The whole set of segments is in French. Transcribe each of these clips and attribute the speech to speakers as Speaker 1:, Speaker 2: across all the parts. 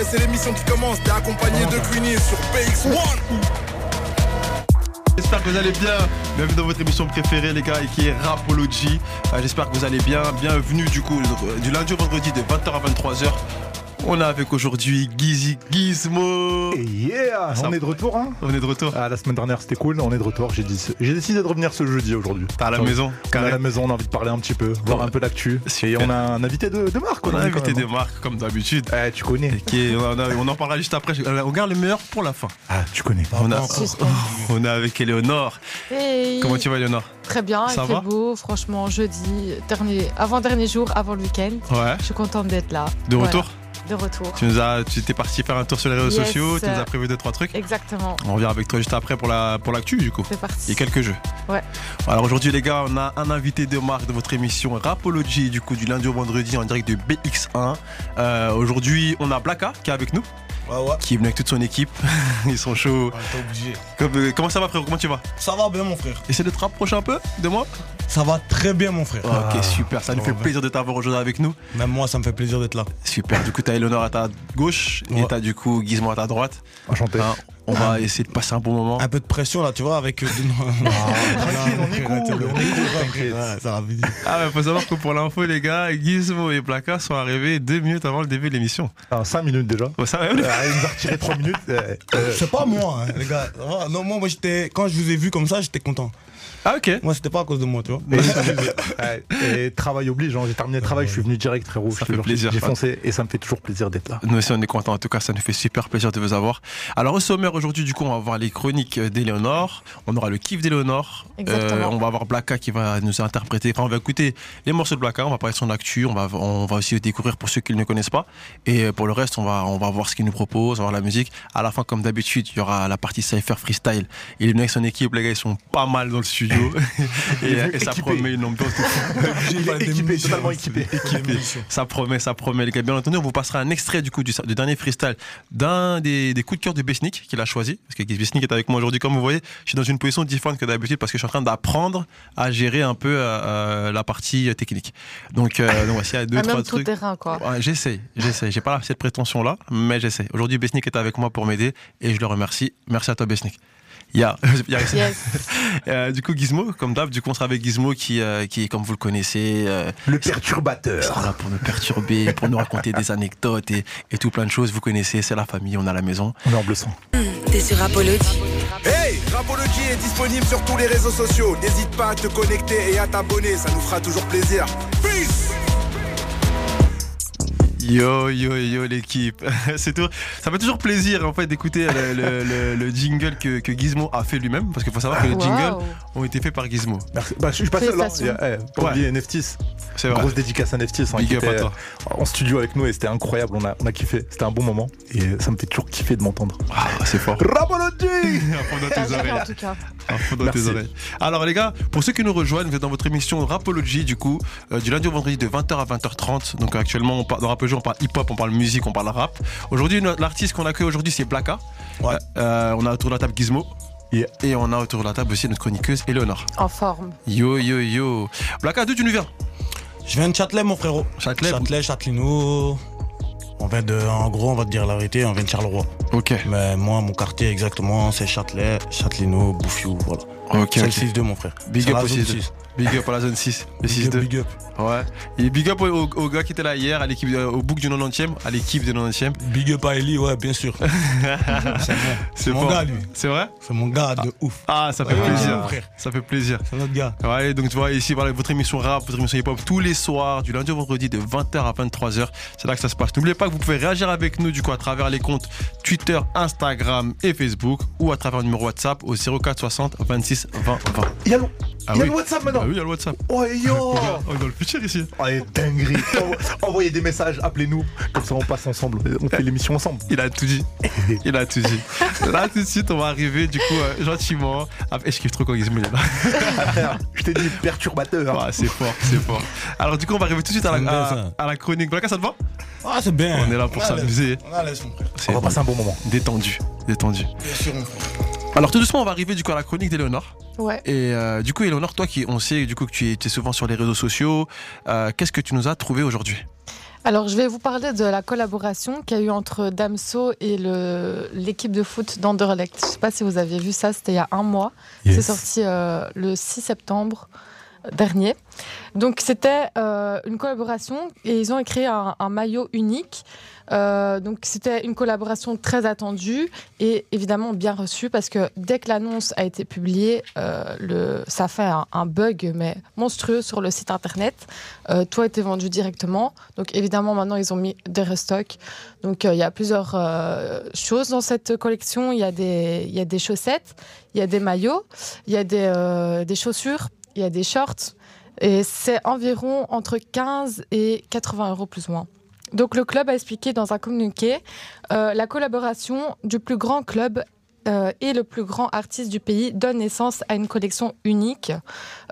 Speaker 1: et c'est l'émission qui commence. T'es accompagné de Queenie sur PX1.
Speaker 2: J'espère que vous allez bien. Bienvenue dans votre émission préférée, les gars, et qui est Rapology. Euh, J'espère que vous allez bien. Bienvenue, du coup, le- du lundi au vendredi de 20h à 23h. On a avec aujourd'hui Gizzy Gizmo.
Speaker 3: Et yeah
Speaker 2: Ça
Speaker 3: On est de retour, hein
Speaker 2: On est de retour.
Speaker 3: ah, la semaine dernière c'était cool, on est de retour. J'ai dit- j'ai décidé de revenir ce jeudi aujourd'hui.
Speaker 2: T'es à la maison,
Speaker 3: On est à
Speaker 2: carré.
Speaker 3: la maison, on a envie de parler un petit peu, voir
Speaker 2: Ouais.
Speaker 3: un peu l'actu. Et
Speaker 2: Super.
Speaker 3: on a un invité de, de marque.
Speaker 2: On a
Speaker 3: aujourd'hui,
Speaker 2: invité
Speaker 3: quand
Speaker 2: des
Speaker 3: même,
Speaker 2: marques, comme d'habitude.
Speaker 3: hein. Eh, tu connais.
Speaker 2: Et qui est- on, a- on en parlera juste après. Euh, On garde le meilleur pour la fin.
Speaker 3: Ah, tu connais.
Speaker 2: On a,
Speaker 4: Suspense.
Speaker 2: on est avec Eleonore.
Speaker 4: Hey.
Speaker 2: Comment tu vas, Eleonore
Speaker 4: Très bien,
Speaker 2: Ça
Speaker 4: il fait
Speaker 2: va
Speaker 4: beau, franchement, jeudi, dernier, avant-dernier jour, avant le week-end.
Speaker 2: Ouais.
Speaker 4: Je suis contente d'être là.
Speaker 2: De
Speaker 4: Voilà,
Speaker 2: retour
Speaker 4: De retour.
Speaker 2: Tu nous as, tu t'es parti faire un tour sur les réseaux
Speaker 4: Yes.
Speaker 2: sociaux. Tu nous as prévu deux trois trucs.
Speaker 4: Exactement.
Speaker 2: On revient avec toi juste après pour la pour l'actu, du coup.
Speaker 4: C'est parti.
Speaker 2: Il y a quelques jeux.
Speaker 4: Ouais.
Speaker 2: Alors aujourd'hui les gars, on a un invité de marque de votre émission Rapology, du coup du lundi au vendredi en direct de BX1. Euh, aujourd'hui on a Blaka qui est avec nous,
Speaker 5: Ouais, ouais,
Speaker 2: qui est venu avec toute son équipe. Ils sont chauds.
Speaker 5: ouais, t'es obligé.
Speaker 2: Comme- euh, comment ça va frérot Comment tu vas
Speaker 5: Ça va bien, mon frère.
Speaker 2: Essaie de te rapprocher un peu de moi.
Speaker 5: Ça va très bien, mon frère.
Speaker 2: ok super, ça nous
Speaker 5: Ah. ça
Speaker 2: fait
Speaker 5: va.
Speaker 2: plaisir de t'avoir aujourd'hui avec nous.
Speaker 5: Même moi, ça me fait plaisir d'être là.
Speaker 2: Super, du coup t'as Eleonore à ta gauche et
Speaker 5: Ouais. Ah.
Speaker 2: t'as du coup Gizmo à ta droite.
Speaker 3: Enchanté.
Speaker 2: Hein, on va essayer de passer un bon moment.
Speaker 5: Un peu de pression, là, tu vois, avec. Non, non,
Speaker 3: Ah, tranquille, on est
Speaker 5: frère,
Speaker 3: cool,
Speaker 5: t'es-
Speaker 3: on est
Speaker 5: on
Speaker 3: cool,
Speaker 5: est cool,
Speaker 3: t'inquiète.
Speaker 5: frère, ouais, Ça va vite.
Speaker 2: Ah ouais, faut savoir que pour l'info les gars, Gizmo et Blaka sont arrivés deux minutes avant le début de l'émission.
Speaker 3: 5 Ah, minutes déjà.
Speaker 2: Faut ça
Speaker 3: Ah, il nous a retiré 3 minutes. eh, euh,
Speaker 5: C'est pas moi, hein, les gars. Ça va Non, moi, moi j'étais. Quand je vous ai vu comme ça, j'étais content.
Speaker 2: Ah ok.
Speaker 5: Moi, c'était pas à cause de moi, tu vois.
Speaker 3: eh, et, et travail oblige, hein. j'ai terminé le travail, je suis venu direct frérot. je te
Speaker 2: fait
Speaker 3: jure,
Speaker 2: plaisir,
Speaker 3: J'ai
Speaker 2: ça.
Speaker 3: foncé et ça me fait toujours plaisir d'être là.
Speaker 2: Nous aussi, on est contents. En tout cas, ça nous fait super plaisir de vous avoir. Alors, au sommaire aujourd'hui, du coup, on va voir les chroniques euh, d'Éléonore. On aura le kiff d'Éléonore. Euh,
Speaker 4: Exactement.
Speaker 2: on va avoir Blaka qui va nous interpréter. Enfin, on va écouter les morceaux de Blaka. On va parler de son actu. On va, on va aussi découvrir pour ceux qui ne le connaissent pas. Et euh, pour le reste, on va, on va voir ce qu'il nous propose, on va voir la musique. À la fin, comme d'habitude, il y aura la partie Cypher Freestyle. Il est venu avec son équipe. Les gars, ils sont pas mal dans le studio. et,
Speaker 3: Il est
Speaker 2: euh,
Speaker 3: venu
Speaker 2: et ça
Speaker 3: équipé.
Speaker 2: promet une ambiance de
Speaker 3: Il est équipé, totalement équipé.
Speaker 2: Équipé. Ça promet, ça promet, les gars. Bien entendu, on vous passera un extrait du coup du, du dernier freestyle d'un des, des coups de cœur de Besnik qu'il a choisi. Parce que Besnik est avec moi aujourd'hui. Comme vous voyez, je suis dans une position différente que d'habitude parce que je suis en train d'apprendre à gérer un peu euh, la partie technique. Donc, euh, donc voici à deux,
Speaker 4: Un
Speaker 2: trois
Speaker 4: homme tout
Speaker 2: trucs.
Speaker 4: terrain, quoi.
Speaker 2: Ouais, j'essaie, j'essaie. J'ai pas cette prétention-là, mais j'essaie. Aujourd'hui, Besnik est avec moi pour m'aider et je le remercie. Merci à toi, Besnik. Ya, ya,
Speaker 4: Yes.
Speaker 2: euh, du coup, Gizmo, comme d'hab, du coup, on sera avec Gizmo qui, euh, qui comme vous le connaissez, euh,
Speaker 3: Le perturbateur.
Speaker 2: sera là pour nous perturber, pour nous raconter des anecdotes et, et tout plein de choses. Vous connaissez, c'est la famille, on a la maison.
Speaker 3: On est en bleu sang.
Speaker 6: T'es sur Apology.
Speaker 1: Hey, Rapology est disponible sur tous les réseaux sociaux. N'hésite pas à te connecter et à t'abonner, ça nous fera toujours plaisir. Peace
Speaker 2: Yo, yo, yo, l'équipe. c'est tout. Ça fait toujours plaisir, en fait, d'écouter le, le- le- le jingle que, que Gizmo a fait lui-même. Parce qu'il faut savoir que les jingles
Speaker 4: Ah, Wow.
Speaker 2: ont été faits par Gizmo.
Speaker 3: Merci. Bah, je suis pas seul. Hein.
Speaker 4: Félicitations.
Speaker 3: Eh, pas
Speaker 2: Ouais.
Speaker 3: oublier Neftis.
Speaker 2: C'est vrai.
Speaker 3: Grosse dédicace à Neftis hein,
Speaker 2: Big
Speaker 3: qui
Speaker 2: up à
Speaker 3: était
Speaker 2: toi.
Speaker 3: en studio avec nous et c'était incroyable, on a, on a kiffé, c'était un bon moment et ça me fait toujours kiffer de m'entendre.
Speaker 2: Ah, c'est fort.
Speaker 3: Rapology
Speaker 2: Un fond dans
Speaker 4: Ça
Speaker 2: tes
Speaker 4: va,
Speaker 2: oreilles.
Speaker 4: en tout cas.
Speaker 2: Un fond dans tes
Speaker 3: Merci.
Speaker 2: oreilles. Alors Ah, les gars, pour ceux qui nous rejoignent, vous êtes dans votre émission Rapology du coup, euh, du lundi au vendredi de 20h à 20h30. Donc actuellement, on parle, dans Rapology, on parle hip-hop, on parle musique, on parle rap. Aujourd'hui, no- l'artiste qu'on accueille aujourd'hui, c'est Blaka.
Speaker 5: Ouais.
Speaker 2: Euh, euh, on a autour de la table Gizmo.
Speaker 3: Yeah.
Speaker 2: Et on a autour de la table aussi notre chroniqueuse Eleonore.
Speaker 4: En forme.
Speaker 2: Yo yo yo. Blaka, d'où tu nous viens
Speaker 5: Je viens de Châtelet, mon frérot.
Speaker 2: Châtelet.
Speaker 5: Châtelet, Châtelineau. On vient de. En gros, on va te dire la vérité, on vient de Charleroi.
Speaker 2: Ok.
Speaker 5: Mais moi, mon quartier exactement, c'est Châtelet, Châtelineau, Bouffiou, voilà.
Speaker 2: Ok.
Speaker 5: c'est le 6-2, mon frère.
Speaker 2: Big
Speaker 5: C'est
Speaker 2: up
Speaker 5: la
Speaker 2: au
Speaker 5: zone
Speaker 2: 6-2.
Speaker 5: 6.
Speaker 2: Big up à la zone 6. Le
Speaker 5: Big up,
Speaker 2: 6-2.
Speaker 5: big up.
Speaker 2: Ouais. Et big up au, au- au gars qui était là hier, à l'équipe, euh, au book du 90e, à l'équipe du 90e.
Speaker 5: Big up à Eli, ouais, bien sûr. c'est mon, c'est mon
Speaker 2: fort.
Speaker 5: gars, lui.
Speaker 2: C'est vrai
Speaker 5: C'est mon gars de ouf.
Speaker 2: Ah, ça fait
Speaker 5: Ouais,
Speaker 2: plaisir.
Speaker 5: mon frère.
Speaker 2: Ça fait plaisir.
Speaker 5: C'est notre gars.
Speaker 2: Ouais, donc tu vois, ici, voilà, votre émission rap, votre émission hip-hop, tous les soirs, du lundi au vendredi, de 20h à 23h. C'est là que ça se passe. N'oubliez pas que vous pouvez réagir avec nous, du coup, à travers les comptes Twitter, Instagram et Facebook, ou à travers le numéro WhatsApp au 04 60 26 20 20.
Speaker 3: Il y a le,
Speaker 2: Ah
Speaker 3: il y a
Speaker 2: oui.
Speaker 3: le WhatsApp
Speaker 2: Ah
Speaker 3: maintenant
Speaker 2: oui, il y a le WhatsApp.
Speaker 3: Oh yo
Speaker 2: On est dans le futur ici.
Speaker 3: Oh et dinguerie Envo- Envoyez des messages, appelez-nous, comme ça on passe ensemble, on fait l'émission ensemble.
Speaker 2: Il a tout dit. Il a tout dit. Là, tout de suite, on va arriver, du coup, euh, gentiment. Ah, et je kiffe trop quand Gizmo il est là.
Speaker 3: Frère, je t'ai dit perturbateur.
Speaker 2: Ah, c'est fort, c'est fort. Alors, du coup, on va arriver tout de suite à la, à- à la chronique. Blaka, ça te va
Speaker 5: Ah, c'est bien.
Speaker 2: On est là pour
Speaker 5: à l'aise.
Speaker 2: s'amuser.
Speaker 5: On est à l'aise, mon frère.
Speaker 2: C'est
Speaker 3: On va passer un bon moment.
Speaker 2: détendu, détendu.
Speaker 5: Bien sûr, mon frère.
Speaker 2: Alors tout doucement, on va arriver du coup à la chronique d'Éléonore.
Speaker 4: Ouais.
Speaker 2: Et euh, du coup, Éléonore, toi qui, on sait du coup que tu es, tu es souvent sur les réseaux sociaux, euh, qu'est-ce que tu nous as trouvé aujourd'hui
Speaker 4: Alors, je vais vous parler de la collaboration qu'il y a eu entre Damso et le- l'équipe de foot d'Anderlecht. Je ne sais pas si vous avez vu ça, c'était il y a un mois. C'est sorti euh, le 6 septembre dernier. Donc c'était euh, une collaboration et ils ont créé un, un maillot unique. Euh, donc c'était une collaboration très attendue et évidemment bien reçue parce que dès que l'annonce a été publiée, euh, le, ça a fait un, un bug mais monstrueux sur le site internet. Euh, tout a été vendu directement. Donc évidemment maintenant ils ont mis des restocks. Donc euh, il y a plusieurs euh, choses dans cette collection. Il y, a des, il y a des chaussettes, il y a des maillots, il y a des, euh, des chaussures, il y a des shorts. Et c'est environ entre 15 et 80 euros plus ou moins. Donc le club a expliqué dans un communiqué euh, la collaboration du plus grand club euh, et le plus grand artiste du pays donne naissance à une collection unique,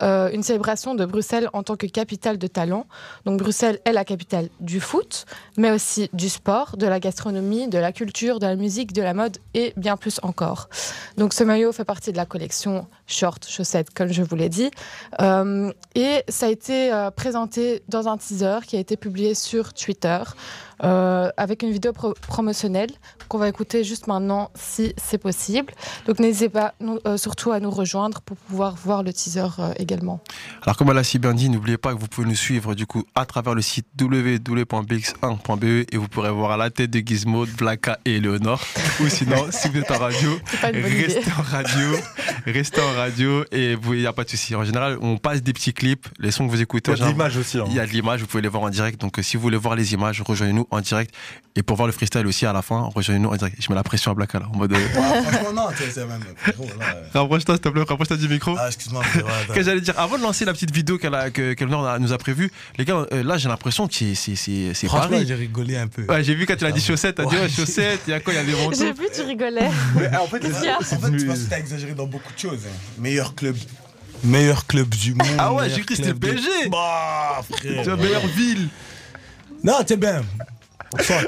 Speaker 4: euh, une célébration de Bruxelles en tant que capitale de talent. Donc Bruxelles est la capitale du foot, mais aussi du sport, de la gastronomie, de la culture, de la musique, de la mode et bien plus encore. Donc ce maillot fait partie de la collection short, chaussettes, comme je vous l'ai dit. Euh, et ça a été euh, présenté dans un teaser qui a été publié sur Twitter euh, avec une vidéo pro- promotionnelle qu'on va écouter juste maintenant si c'est possible. Donc n'hésitez pas nous- euh, surtout à nous rejoindre pour pouvoir voir le teaser euh, également.
Speaker 2: Alors comme elle l'a si bien dit, n'oubliez pas que vous pouvez nous suivre du coup à travers le site www.bx1.be e et vous pourrez voir à la tête de Gizmo, de Blaka et Eleonore. Ou sinon, si vous êtes en radio,
Speaker 4: C'est pas une bonne idée.
Speaker 2: restez en radio, restez en radio et il n'y a pas de souci. En général, on passe des petits clips, les sons que vous écoutez. en général,
Speaker 3: l'image aussi. hein.
Speaker 2: Il y a de l'image, vous pouvez les voir en direct. Donc euh, si vous voulez voir les images, rejoignez-nous en direct. Et pour voir le freestyle aussi à la fin, rejoignez-nous en direct. Je mets la pression à Blaka là, en mode... euh,
Speaker 5: Ouais, franchement, non, c'est c'est même. frérot, là, euh.
Speaker 2: rapproche-toi s'il te plaît, rapproche-toi du micro.
Speaker 5: Ah, excuse-moi, frérot, attends.
Speaker 2: que j'allais dire avant de lancer la petite vidéo qu'elle a- que qu'elle nous a- nous a prévue les gars euh, là j'ai l'impression que c'est c'est c'est c'est
Speaker 5: Franchement,
Speaker 2: Paris
Speaker 5: j'ai rigolé un peu.
Speaker 2: ouais j'ai vu quand tu l'as dit chaussettes t'as dit
Speaker 5: Ouais.
Speaker 2: Ah ouais chaussettes il y a quoi il y a des
Speaker 4: J'ai
Speaker 2: manteaux
Speaker 4: vu, tu rigolais.
Speaker 3: Mais, euh, en fait,
Speaker 4: Qu'est-ce qu'il y a
Speaker 5: En
Speaker 3: c'est
Speaker 5: fait, je
Speaker 3: devenu-
Speaker 5: pense que t'as exagéré dans beaucoup de choses. hein. Meilleur club. Meilleur club du monde.
Speaker 2: ah ouais
Speaker 5: meilleur
Speaker 2: j'ai cru que c'était le
Speaker 5: club de-
Speaker 2: PSG
Speaker 5: Bah, frère.
Speaker 2: tu vois meilleure ville
Speaker 5: Non, t'es bien.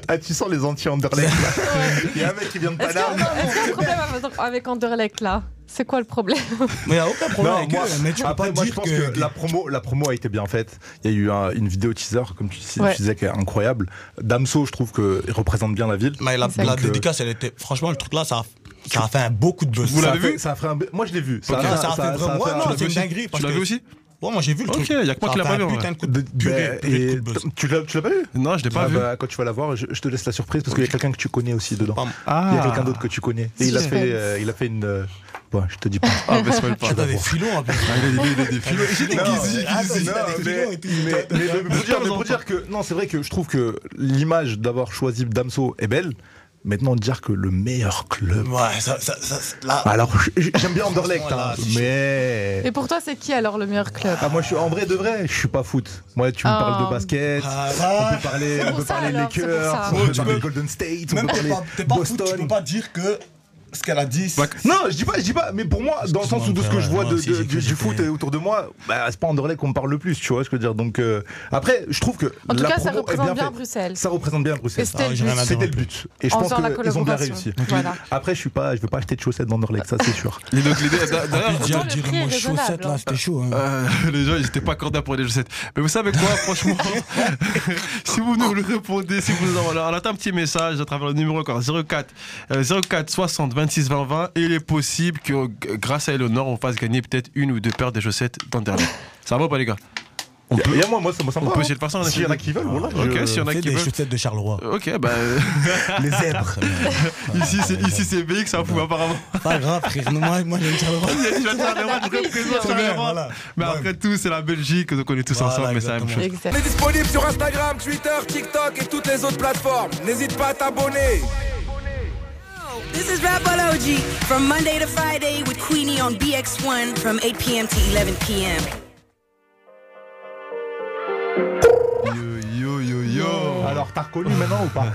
Speaker 3: Ah, tu sens les anti-Anderlecht là. Il y a un mec qui vient de
Speaker 4: Est-ce qu'il y a
Speaker 3: Paname.
Speaker 4: est-ce qu'il y a un problème avec- avec Anderlecht là C'est quoi le problème
Speaker 5: Mais y a aucun problème
Speaker 3: Non,
Speaker 5: avec
Speaker 3: moi,
Speaker 5: eux, mais tu peux
Speaker 3: après,
Speaker 5: pas
Speaker 3: moi, je
Speaker 5: dire
Speaker 3: pense
Speaker 5: que,
Speaker 3: que, la, promo, la promo a été bien faite. Il y a eu un- une vidéo teaser, comme tu, dis-
Speaker 4: Ouais.
Speaker 3: tu disais, qui est incroyable. Damso, je trouve qu'il représente bien la ville.
Speaker 5: Mais la,
Speaker 4: Exact.
Speaker 5: la
Speaker 3: Donc, euh,
Speaker 5: dédicace, elle était. Franchement, le truc là, ça a, ça a fait un beaucoup de buzz.
Speaker 2: Vous
Speaker 5: Ça-
Speaker 2: l'avez
Speaker 3: Ça a
Speaker 2: vu
Speaker 3: fait- ça a fait un- Moi, je l'ai vu.
Speaker 5: Ok, ça a fait
Speaker 3: un-
Speaker 5: vraiment- ouais, non,
Speaker 2: Tu l'as vu
Speaker 5: c'est une
Speaker 2: aussi
Speaker 5: dinguerie,
Speaker 2: tu
Speaker 5: parce
Speaker 2: l'as
Speaker 5: que-
Speaker 2: vu aussi
Speaker 5: Ouais, moi j'ai vu le
Speaker 2: Ok,
Speaker 5: truc.
Speaker 2: y a que moi qui
Speaker 5: Ça
Speaker 2: l'ai
Speaker 5: a
Speaker 2: pas
Speaker 5: fait
Speaker 2: vu,
Speaker 5: un
Speaker 2: en
Speaker 5: putain
Speaker 2: vrai.
Speaker 5: de coup de
Speaker 3: de-
Speaker 5: purée,
Speaker 3: ben,
Speaker 5: purée de
Speaker 3: et
Speaker 5: coup de buzz.
Speaker 3: t- tu l'as tu l'as pas vu
Speaker 2: non je l'ai pas
Speaker 3: Ah
Speaker 2: vu
Speaker 3: bah, Quand tu vas la voir, je, je te laisse la surprise parce qu'il y a quelqu'un que tu connais aussi dedans.
Speaker 5: Pam.
Speaker 3: Il y a quelqu'un d'autre que tu connais. Et il a
Speaker 4: Suspense.
Speaker 3: fait, euh, il a fait une. euh, Bon, je te dis pas.
Speaker 2: ah bah spoil pas
Speaker 5: Ah, t'as des filons en plus.
Speaker 2: Ah, il a des- il a des filons. J'ai des
Speaker 3: Non,
Speaker 2: guizis,
Speaker 5: Ah,
Speaker 2: guizis.
Speaker 5: non,
Speaker 3: Non,
Speaker 5: des
Speaker 3: mais-
Speaker 5: filons et tout.
Speaker 3: mais- mais- mais pour dire- mais
Speaker 2: J'entends.
Speaker 3: pour dire que non, c'est vrai que je trouve que l'image d'avoir choisi Damso est belle. Maintenant, dire que le meilleur club.
Speaker 5: Ouais, ça, ça, ça, là.
Speaker 3: Alors, j- j- j'aime bien Anderlecht,
Speaker 5: Franchement,
Speaker 3: hein,
Speaker 5: là, c'est
Speaker 3: mais
Speaker 4: Et pour toi, c'est qui alors le meilleur club
Speaker 3: ah, moi, je suis en vrai de vrai, je suis pas foot. Moi, tu me
Speaker 4: Ah.
Speaker 3: parles de basket.
Speaker 5: Ah,
Speaker 3: On
Speaker 5: ouais.
Speaker 3: peut parler,
Speaker 4: C'est
Speaker 3: on
Speaker 4: pour
Speaker 3: peut
Speaker 4: ça,
Speaker 3: parler
Speaker 4: alors, c'est pour
Speaker 3: Lakers,
Speaker 4: ça.
Speaker 3: on peut
Speaker 5: Tu
Speaker 3: parler
Speaker 5: peux-
Speaker 3: Golden State, on
Speaker 5: Même
Speaker 3: peut
Speaker 5: t'es
Speaker 3: parler
Speaker 5: pas, t'es pas fou, tu
Speaker 3: Boston.
Speaker 5: peux pas dire que ce qu'elle a dit.
Speaker 2: Bah,
Speaker 3: Non, je dis pas, je dis pas, mais pour moi, dans le sens où de ce que je vois
Speaker 5: Moi
Speaker 3: de,
Speaker 5: aussi,
Speaker 3: de-
Speaker 5: j'ai
Speaker 3: du,
Speaker 5: cru que
Speaker 3: du foot
Speaker 5: j'étais-
Speaker 3: et autour de moi, bah, c'est pas Anderlecht qu'on me parle le plus, tu vois ce que je veux dire. Donc euh, après, je trouve que
Speaker 4: En tout
Speaker 3: la
Speaker 4: cas, ça
Speaker 3: promo est
Speaker 4: représente bien,
Speaker 3: faite.
Speaker 4: Bruxelles.
Speaker 3: Ça représente bien
Speaker 4: Et
Speaker 3: Bruxelles.
Speaker 4: c'était
Speaker 5: Ah,
Speaker 4: le
Speaker 5: j'ai rien
Speaker 4: but.
Speaker 5: à
Speaker 3: C'était le but. Et je
Speaker 4: En
Speaker 3: pense
Speaker 4: faisant la
Speaker 3: qu'ils ont bien
Speaker 4: collaboration.
Speaker 3: réussi.
Speaker 4: Voilà.
Speaker 3: Après, je suis pas, je veux pas acheter de chaussettes d'Anderlecht, ça c'est sûr.
Speaker 2: Et donc, l'idée, d'ailleurs,
Speaker 5: Dire,
Speaker 4: le
Speaker 5: dire
Speaker 4: prix
Speaker 5: le
Speaker 4: est
Speaker 5: mot
Speaker 4: raisonnable,
Speaker 5: chaussette
Speaker 4: hein.
Speaker 5: là, c'était chaud. hein.
Speaker 2: Euh, les gens, ils étaient pas cordés pour les chaussettes. Mais vous savez quoi, franchement, si vous nous le répondez, si vous nous envoyez, alors, on attend un petit message à travers le numéro encore 04 euh, 04 60 26 20 20. Et il est possible que euh, grâce à Eleonore, on fasse gagner peut-être une ou deux paires de chaussettes dans le dernier. Ça va ou pas, les gars On peut,
Speaker 3: Et à moi, moi, ça me semble.
Speaker 2: on peut
Speaker 3: pas,
Speaker 2: essayer de faire ça. on
Speaker 3: hein.
Speaker 2: a
Speaker 3: S'il y en a qui veulent, voilà.
Speaker 2: Ok,
Speaker 3: je-
Speaker 2: s'il y en a
Speaker 5: Fais
Speaker 2: qui
Speaker 5: des
Speaker 2: veulent.
Speaker 5: chaussettes de Charleroi.
Speaker 2: Ok, bah euh,
Speaker 3: hein. Les zèbres.
Speaker 2: ici c'est ici c'est BX, ça fout apparemment.
Speaker 5: Pas grave, frère. Non, Moi, moi j'aime Charleroi.
Speaker 2: Il y a des gens de Charleroi, je représente
Speaker 5: Très bien,
Speaker 2: Charleroi.
Speaker 5: voilà.
Speaker 2: Mais après tout, c'est la Belgique, donc on est tous
Speaker 5: Voilà,
Speaker 2: ensemble, mais c'est la même
Speaker 5: exactement.
Speaker 2: chose.
Speaker 1: On
Speaker 4: Exact.
Speaker 1: est disponible sur Instagram, Twitter, TikTok et toutes les autres plateformes. N'hésite pas à t'abonner.
Speaker 6: This is Rapology from Monday to Friday with Queenie on BX1 from 8 p.m. to 11 p.m.
Speaker 2: Yo yo yo yo.
Speaker 3: Alors, t'as reconnu maintenant ou pas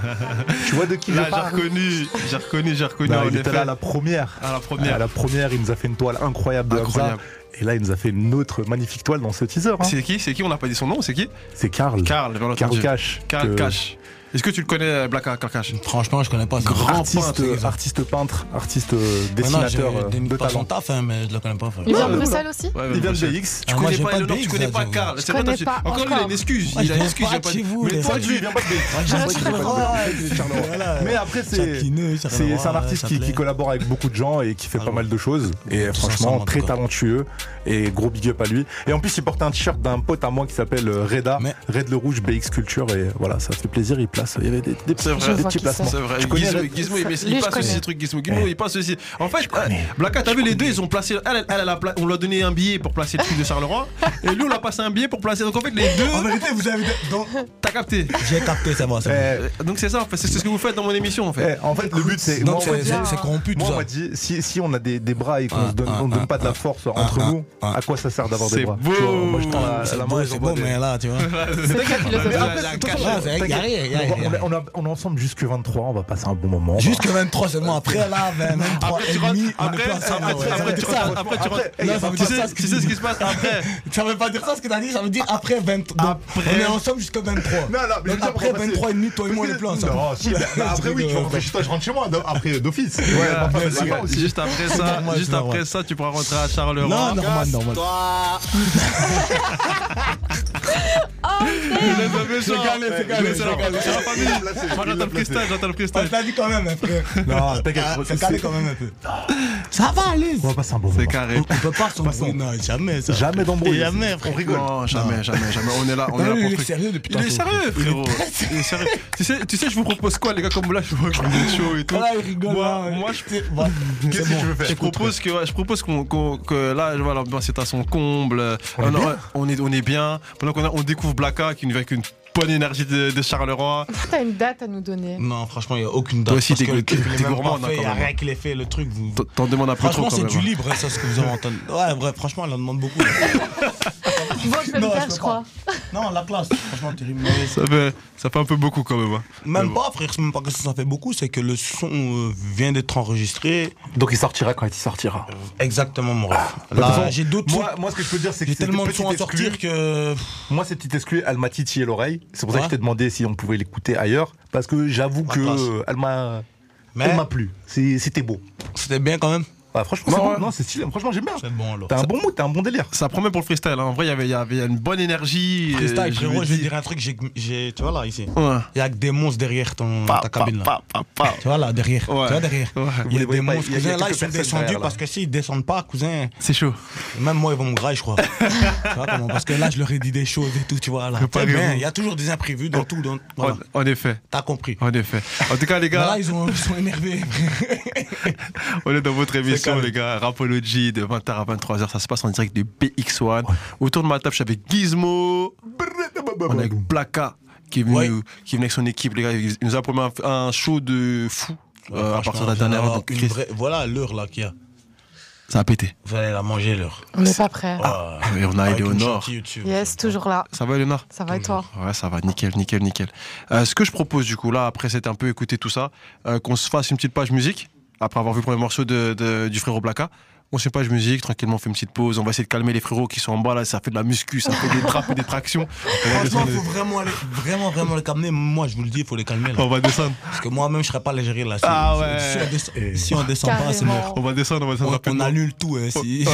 Speaker 3: Tu vois de qui
Speaker 2: Là,
Speaker 3: je
Speaker 2: j'ai
Speaker 3: parle
Speaker 2: reconnu, j'ai reconnu, j'ai reconnu
Speaker 3: Non,
Speaker 2: en
Speaker 3: il
Speaker 2: effet.
Speaker 3: était là à la première.
Speaker 2: À la première.
Speaker 3: À la première, il nous a fait une toile incroyable de Hamza.
Speaker 2: Incroyable.
Speaker 3: Et là, il nous a fait une autre magnifique toile dans ce teaser. hein.
Speaker 2: C'est qui C'est qui On n'a pas dit son nom, c'est qui
Speaker 3: C'est Karl.
Speaker 2: Karl, bien
Speaker 3: Karl
Speaker 2: entendu.
Speaker 3: Cash.
Speaker 2: Karl
Speaker 3: que-
Speaker 2: Cash. Est-ce que tu le connais, Black Karl Cash
Speaker 5: Franchement, je connais pas. ça.
Speaker 2: Grand
Speaker 3: Artiste,
Speaker 2: peintre,
Speaker 3: euh,
Speaker 2: ils ont-
Speaker 3: artiste peintre, artiste euh,
Speaker 5: Maintenant, j'ai-
Speaker 3: dessinateur euh,
Speaker 5: j'ai
Speaker 3: de
Speaker 5: pas son
Speaker 3: talent.
Speaker 5: taf, hein, mais je le connais pas. frère.
Speaker 4: Il vient
Speaker 3: Ouais,
Speaker 4: de
Speaker 3: ouais,
Speaker 4: Bruxelles aussi
Speaker 2: Ouais,
Speaker 3: Il vient
Speaker 2: Black
Speaker 3: de
Speaker 2: Cash.
Speaker 3: BX.
Speaker 2: Tu
Speaker 5: Ah, moi,
Speaker 2: connais
Speaker 5: j'ai
Speaker 2: pas
Speaker 5: pas de
Speaker 2: Eleanor, tu
Speaker 5: BX,
Speaker 2: connais
Speaker 5: là,
Speaker 2: pas
Speaker 5: j'avoue.
Speaker 2: Karl.
Speaker 5: Je
Speaker 2: C'est
Speaker 4: connais
Speaker 2: tu-
Speaker 4: pas
Speaker 2: Encore, il a une
Speaker 4: encore.
Speaker 2: excuse.
Speaker 5: Moi, je
Speaker 2: Il a une
Speaker 5: viens
Speaker 2: excuse,
Speaker 5: pas
Speaker 2: il y a pas
Speaker 5: de chez vous,
Speaker 2: Mais
Speaker 5: les
Speaker 2: toi,
Speaker 5: mecs.
Speaker 2: tu
Speaker 3: Lui, il vient pas de BX.
Speaker 5: Ah, je
Speaker 3: Ouais,
Speaker 5: sais
Speaker 3: il
Speaker 5: pas
Speaker 3: vient pas de
Speaker 5: pourquoi.
Speaker 3: BX, il est de Charleroi.
Speaker 5: Voilà.
Speaker 3: Mais après, c'est.
Speaker 5: Chacune, ça
Speaker 3: C'est
Speaker 5: va,
Speaker 3: c'est un artiste
Speaker 5: ça
Speaker 3: qui, qui
Speaker 5: plaît.
Speaker 3: collabore avec beaucoup de gens et qui fait pas
Speaker 5: Alors,
Speaker 3: mal de choses. Et
Speaker 5: tous
Speaker 3: franchement,
Speaker 5: ensemble, en
Speaker 3: très
Speaker 5: tout cas.
Speaker 3: talentueux. Et gros big up à lui. Et en plus, il porte un t-shirt d'un pote à moi qui s'appelle euh, Reda.
Speaker 5: Mais-
Speaker 3: Red le Rouge, BX Culture. Et voilà, ça fait plaisir. Il place. Il y avait des, des,
Speaker 2: C'est vrai.
Speaker 3: des
Speaker 4: Je vois
Speaker 3: petits
Speaker 4: qu'il
Speaker 3: placements.
Speaker 2: C'est vrai,
Speaker 3: Tu connais
Speaker 2: euh, Gizmo,
Speaker 3: Red-
Speaker 2: Gizmo, il, met-
Speaker 4: Ça,
Speaker 2: il
Speaker 4: lui, je
Speaker 2: passe aussi
Speaker 4: connais.
Speaker 2: ces trucs, Gizmo, Gizmo, il passe aussi. En fait,
Speaker 3: connais.
Speaker 2: euh, Blacka, t'as vu, les deux, ils ont placé. Elle, elle, elle a pla- on lui a donné un billet pour placer le truc de Charleroi, et lui, on l'a passé un billet pour placer. Donc en fait, les deux,
Speaker 5: En vérité, vous avez. donc,
Speaker 2: t'as capté.
Speaker 5: J'ai capté, c'est bon, c'est bon.
Speaker 3: Eh,
Speaker 2: Donc c'est ça, en fait, c'est ce que vous faites dans mon émission, en fait.
Speaker 3: eh, en fait, le but, c'est. moi,
Speaker 5: Donc,
Speaker 3: on m'a
Speaker 5: c'est-
Speaker 3: dit-
Speaker 5: c'est c'est corrompu tout
Speaker 3: Moi, on
Speaker 5: ça.
Speaker 3: m'a dit, si, si on a des, des bras et qu'on
Speaker 5: Ah,
Speaker 3: ne donne,
Speaker 5: ah,
Speaker 3: on donne
Speaker 5: ah,
Speaker 3: pas de la
Speaker 5: ah,
Speaker 3: force entre
Speaker 5: ah,
Speaker 3: nous,
Speaker 5: ah,
Speaker 3: à quoi ça sert d'avoir
Speaker 2: C'est
Speaker 3: des bras
Speaker 2: beau.
Speaker 3: Tu vois, Moi, je tends euh, la,
Speaker 5: C'est
Speaker 3: la main
Speaker 5: beau,
Speaker 3: et
Speaker 5: c'est
Speaker 3: j'envoie
Speaker 5: beau,
Speaker 3: des-
Speaker 5: mais là, tu vois.
Speaker 4: C'est quel philosophe
Speaker 2: la-
Speaker 3: Ah,
Speaker 2: la-
Speaker 3: de toute
Speaker 5: cache-
Speaker 3: façon,
Speaker 5: Ah, c'est vrai, y a
Speaker 3: t'inquiète,
Speaker 5: rien, y a
Speaker 3: on va-
Speaker 5: rien, y a
Speaker 3: on est-
Speaker 5: rien.
Speaker 3: on a- On est ensemble jusque 23, on va passer un bon moment. on va-
Speaker 5: Jusque 23 seulement, après là, ben, 23
Speaker 2: Après,
Speaker 5: et
Speaker 2: tu rentres-
Speaker 5: demi, on est
Speaker 2: après,
Speaker 5: plus ensemble.
Speaker 2: après,
Speaker 5: ouais.
Speaker 2: après, tu
Speaker 5: Ça,
Speaker 2: rentres- après, tu rentres-
Speaker 3: eh,
Speaker 5: Non,
Speaker 3: il va
Speaker 5: c'est
Speaker 2: Tu
Speaker 5: pas
Speaker 2: sais,
Speaker 5: ça ce
Speaker 2: tu
Speaker 5: qu'il
Speaker 2: sais
Speaker 5: dit.
Speaker 2: ce qui se passe après
Speaker 5: Ça veut pas dire ça ce que t'as dit, ça veut dire après 23.
Speaker 2: Après-
Speaker 5: On est ensemble jusqu'à 23.
Speaker 7: Non, non, mais
Speaker 5: Donc
Speaker 7: je veux dire,
Speaker 5: après
Speaker 7: on va passer-
Speaker 5: 23 et demi, toi et moi on est plus ensemble.
Speaker 7: Non, si, bah, bah, après oui, tu vas rentrer chez toi, je rentre chez moi, d'o- après d'office. Ouais, bah, bah, bah, bah,
Speaker 2: Ouais,
Speaker 7: aussi.
Speaker 2: Ah, Juste après ça,
Speaker 5: normal,
Speaker 2: juste
Speaker 5: c'est normal.
Speaker 2: après ça, tu pourras rentrer à Charleroi.
Speaker 5: Non, normal, normal.
Speaker 2: Le fameux genre.
Speaker 5: calé, c'est
Speaker 2: Ouais,
Speaker 5: calé,
Speaker 2: mais
Speaker 5: c'est
Speaker 2: genre,
Speaker 5: calé.
Speaker 2: j'aurais pas mis-
Speaker 7: Il l'a placé,
Speaker 2: Moi,
Speaker 7: il
Speaker 2: j'entends
Speaker 7: l'a
Speaker 2: le
Speaker 7: placé.
Speaker 2: freestyle, j'entends le
Speaker 5: On
Speaker 2: freestyle.
Speaker 5: t'a dit quand même, hein, frère.
Speaker 3: Non, t'inquiète,
Speaker 5: Ah,
Speaker 3: c'est-
Speaker 5: C'est calé quand même un peu. Ça va aller.
Speaker 3: on va passer un bon
Speaker 2: C'est
Speaker 3: moment.
Speaker 2: carré.
Speaker 5: On peut pas s'embrouiller. Non, jamais ça.
Speaker 3: Jamais d'embrouille.
Speaker 5: Jamais, frère.
Speaker 2: Non, jamais, jamais, jamais. On est là, on est
Speaker 5: Non,
Speaker 2: là pour
Speaker 5: lui, il
Speaker 2: le
Speaker 5: est
Speaker 2: truc.
Speaker 5: sérieux depuis
Speaker 2: Il est
Speaker 5: tantôt.
Speaker 2: sérieux, frérot. Il est sérieux. tu, sais, tu sais, je vous propose quoi, les gars Comme là, je vois que vous êtes chaud et tout.
Speaker 5: Là, il rigole.
Speaker 2: Moi,
Speaker 5: là,
Speaker 2: moi,
Speaker 5: ouais.
Speaker 2: je-
Speaker 5: C'est- voilà.
Speaker 7: Qu'est-ce
Speaker 5: C'est
Speaker 7: que tu veux
Speaker 5: bon.
Speaker 7: faire
Speaker 2: Je propose que, ouais, je propose qu'on, qu'on- que là, je vois, l'ambiance est à son comble. Euh, On,
Speaker 3: est bien.
Speaker 2: ouais, on est, on est bien. Pendant qu'on a- on découvre Blacka qui nous vient avec une bonne énergie de, de Charleroi.
Speaker 4: T'as une date à nous donner.
Speaker 5: Non, franchement, il n'y a aucune date.
Speaker 2: Toi aussi,
Speaker 5: parce
Speaker 2: t'es-
Speaker 5: que le clip, il est
Speaker 2: t'es
Speaker 5: même
Speaker 2: gourmand,
Speaker 5: pas fait,
Speaker 2: hein,
Speaker 5: Il n'y
Speaker 2: quand
Speaker 5: a
Speaker 2: même.
Speaker 5: rien qui l'ait fait, le truc. Vous...
Speaker 2: T'en- T'en demandes un peu trop
Speaker 5: Franchement,
Speaker 2: quand
Speaker 5: c'est
Speaker 2: même.
Speaker 5: du libre, hein, ça, ce que vous avez entendu. Ouais, bref, franchement, elle en demande beaucoup.
Speaker 4: Bon, je vais
Speaker 5: Non,
Speaker 4: le
Speaker 5: je
Speaker 4: faire,
Speaker 5: peux
Speaker 4: je
Speaker 5: pas.
Speaker 4: crois.
Speaker 5: Non, la classe, franchement, terrible. Mais ça-
Speaker 2: Ça fait, ça fait un peu beaucoup quand même. hein.
Speaker 5: Même pas, frère, c'est même pas que ça fait beaucoup, c'est que le son euh, vient d'être enregistré.
Speaker 3: Donc il sortira quand il sortira.
Speaker 5: Exactement, mon ref.
Speaker 3: De Bah, toute façon,
Speaker 5: Là, Bah, j'ai d'autres sons.
Speaker 3: Moi, moi, ce que je peux dire, c'est que
Speaker 5: J'ai
Speaker 3: cette
Speaker 5: tellement de
Speaker 3: petite
Speaker 5: sons à
Speaker 3: exclue-
Speaker 5: sortir que.
Speaker 3: Moi, cette petite exclue, elle m'a titillé l'oreille. C'est pour ça que
Speaker 5: Ouais.
Speaker 3: je t'ai demandé si on pouvait l'écouter ailleurs. Parce que j'avoue
Speaker 5: Ma
Speaker 3: que
Speaker 5: classe.
Speaker 3: euh, elle m'a, elle
Speaker 5: Mais
Speaker 3: m'a plu. C'est- C'était beau.
Speaker 5: c'était bien quand même.
Speaker 3: Ah, franchement, c'est
Speaker 2: Non,
Speaker 3: bon.
Speaker 2: ouais.
Speaker 3: non, c'est stylé. Franchement, j'aime bien.
Speaker 5: C'est bon alors.
Speaker 3: T'as un bon mood, t'as un bon délire.
Speaker 2: Ça promet pour le freestyle. hein. En vrai, il y avait- il y avait une bonne énergie.
Speaker 5: Freestyle,
Speaker 2: euh, je
Speaker 5: frérot,
Speaker 2: me
Speaker 5: je vais
Speaker 2: dis-
Speaker 5: dire un truc, j'ai- j'ai. Tu vois là, ici.
Speaker 2: Ouais.
Speaker 5: Il y a que des monstres derrière ton, ta cabine là. Tu vois là, derrière.
Speaker 2: Ouais.
Speaker 5: Tu vois derrière.
Speaker 2: Ouais.
Speaker 5: Il y
Speaker 3: les
Speaker 5: a des
Speaker 3: voyez pas,
Speaker 5: monstres,
Speaker 3: il y a- il y a
Speaker 5: cousin. Là, ils
Speaker 3: quelques
Speaker 5: sont
Speaker 3: personnes
Speaker 5: descendus
Speaker 3: derrière, là.
Speaker 5: parce que s'ils descendent pas, cousin,
Speaker 2: C'est chaud.
Speaker 5: même moi, ils vont me grailler, je crois. tu vois comment Parce que là, je leur ai dit des choses et tout, tu vois. Là.
Speaker 2: pas
Speaker 5: C'est bien,
Speaker 2: raison.
Speaker 5: il y a toujours des imprévus dans tout. dans-
Speaker 2: En-
Speaker 5: voilà.
Speaker 2: En effet.
Speaker 5: T'as compris.
Speaker 2: En effet. En tout cas, les
Speaker 5: Mais
Speaker 2: gars,
Speaker 5: là, ils, ont- ils sont énervés.
Speaker 2: on est dans votre émission,
Speaker 5: calme.
Speaker 2: les gars. Rapology de 20h à 23h. Ça se passe en direct du BX1. Autour de ma table, je suis avec Gizmo. On est avec Blacka qui est venu,
Speaker 5: Ouais.
Speaker 2: qui est venu avec son équipe, les gars. Il il nous a promis un, un show de fou. euh, à partir de la dernière heure,
Speaker 5: Franchement,
Speaker 2: donc,
Speaker 5: une
Speaker 2: Chris,
Speaker 5: vraie- Voilà l'heure là qu'il y a.
Speaker 2: ça a pété.
Speaker 5: Vous allez la manger l'heure.
Speaker 4: On n'est pas prêts.
Speaker 5: Ah,
Speaker 2: Et on a
Speaker 5: avec
Speaker 2: aidé au
Speaker 5: une
Speaker 2: nord.
Speaker 5: chantilly au-dessus.
Speaker 4: Yes, toujours là.
Speaker 2: Ça va, Léonard
Speaker 4: Ça va et toi
Speaker 2: Ouais, ça va, nickel, nickel, nickel. Euh, ce que je propose, du coup, là, après c'est un peu écouter tout ça, euh, qu'on se fasse une petite page musique, après avoir vu le premier morceau de, de- du frérot Blaka. On se fait une page musique, tranquillement, on fait une petite pause, on va essayer de calmer les frérots qui sont en bas, là, ça fait de la muscu, ça fait des trappes et des tractions. On va
Speaker 5: Franchement,
Speaker 2: descendre.
Speaker 5: il faut vraiment, aller- vraiment, vraiment les calmer. Moi, je vous le dis, il faut les calmer. Là.
Speaker 2: On va descendre,
Speaker 5: Parce que moi-même, je serais pas légéré là. Si,
Speaker 2: Ah
Speaker 5: si-
Speaker 2: ouais.
Speaker 5: si on descend, si on descend pas, c'est mort.
Speaker 4: Carrément.
Speaker 2: on va descendre, on va descendre
Speaker 5: On, on
Speaker 2: rapidement.
Speaker 5: annule tout. hein, si-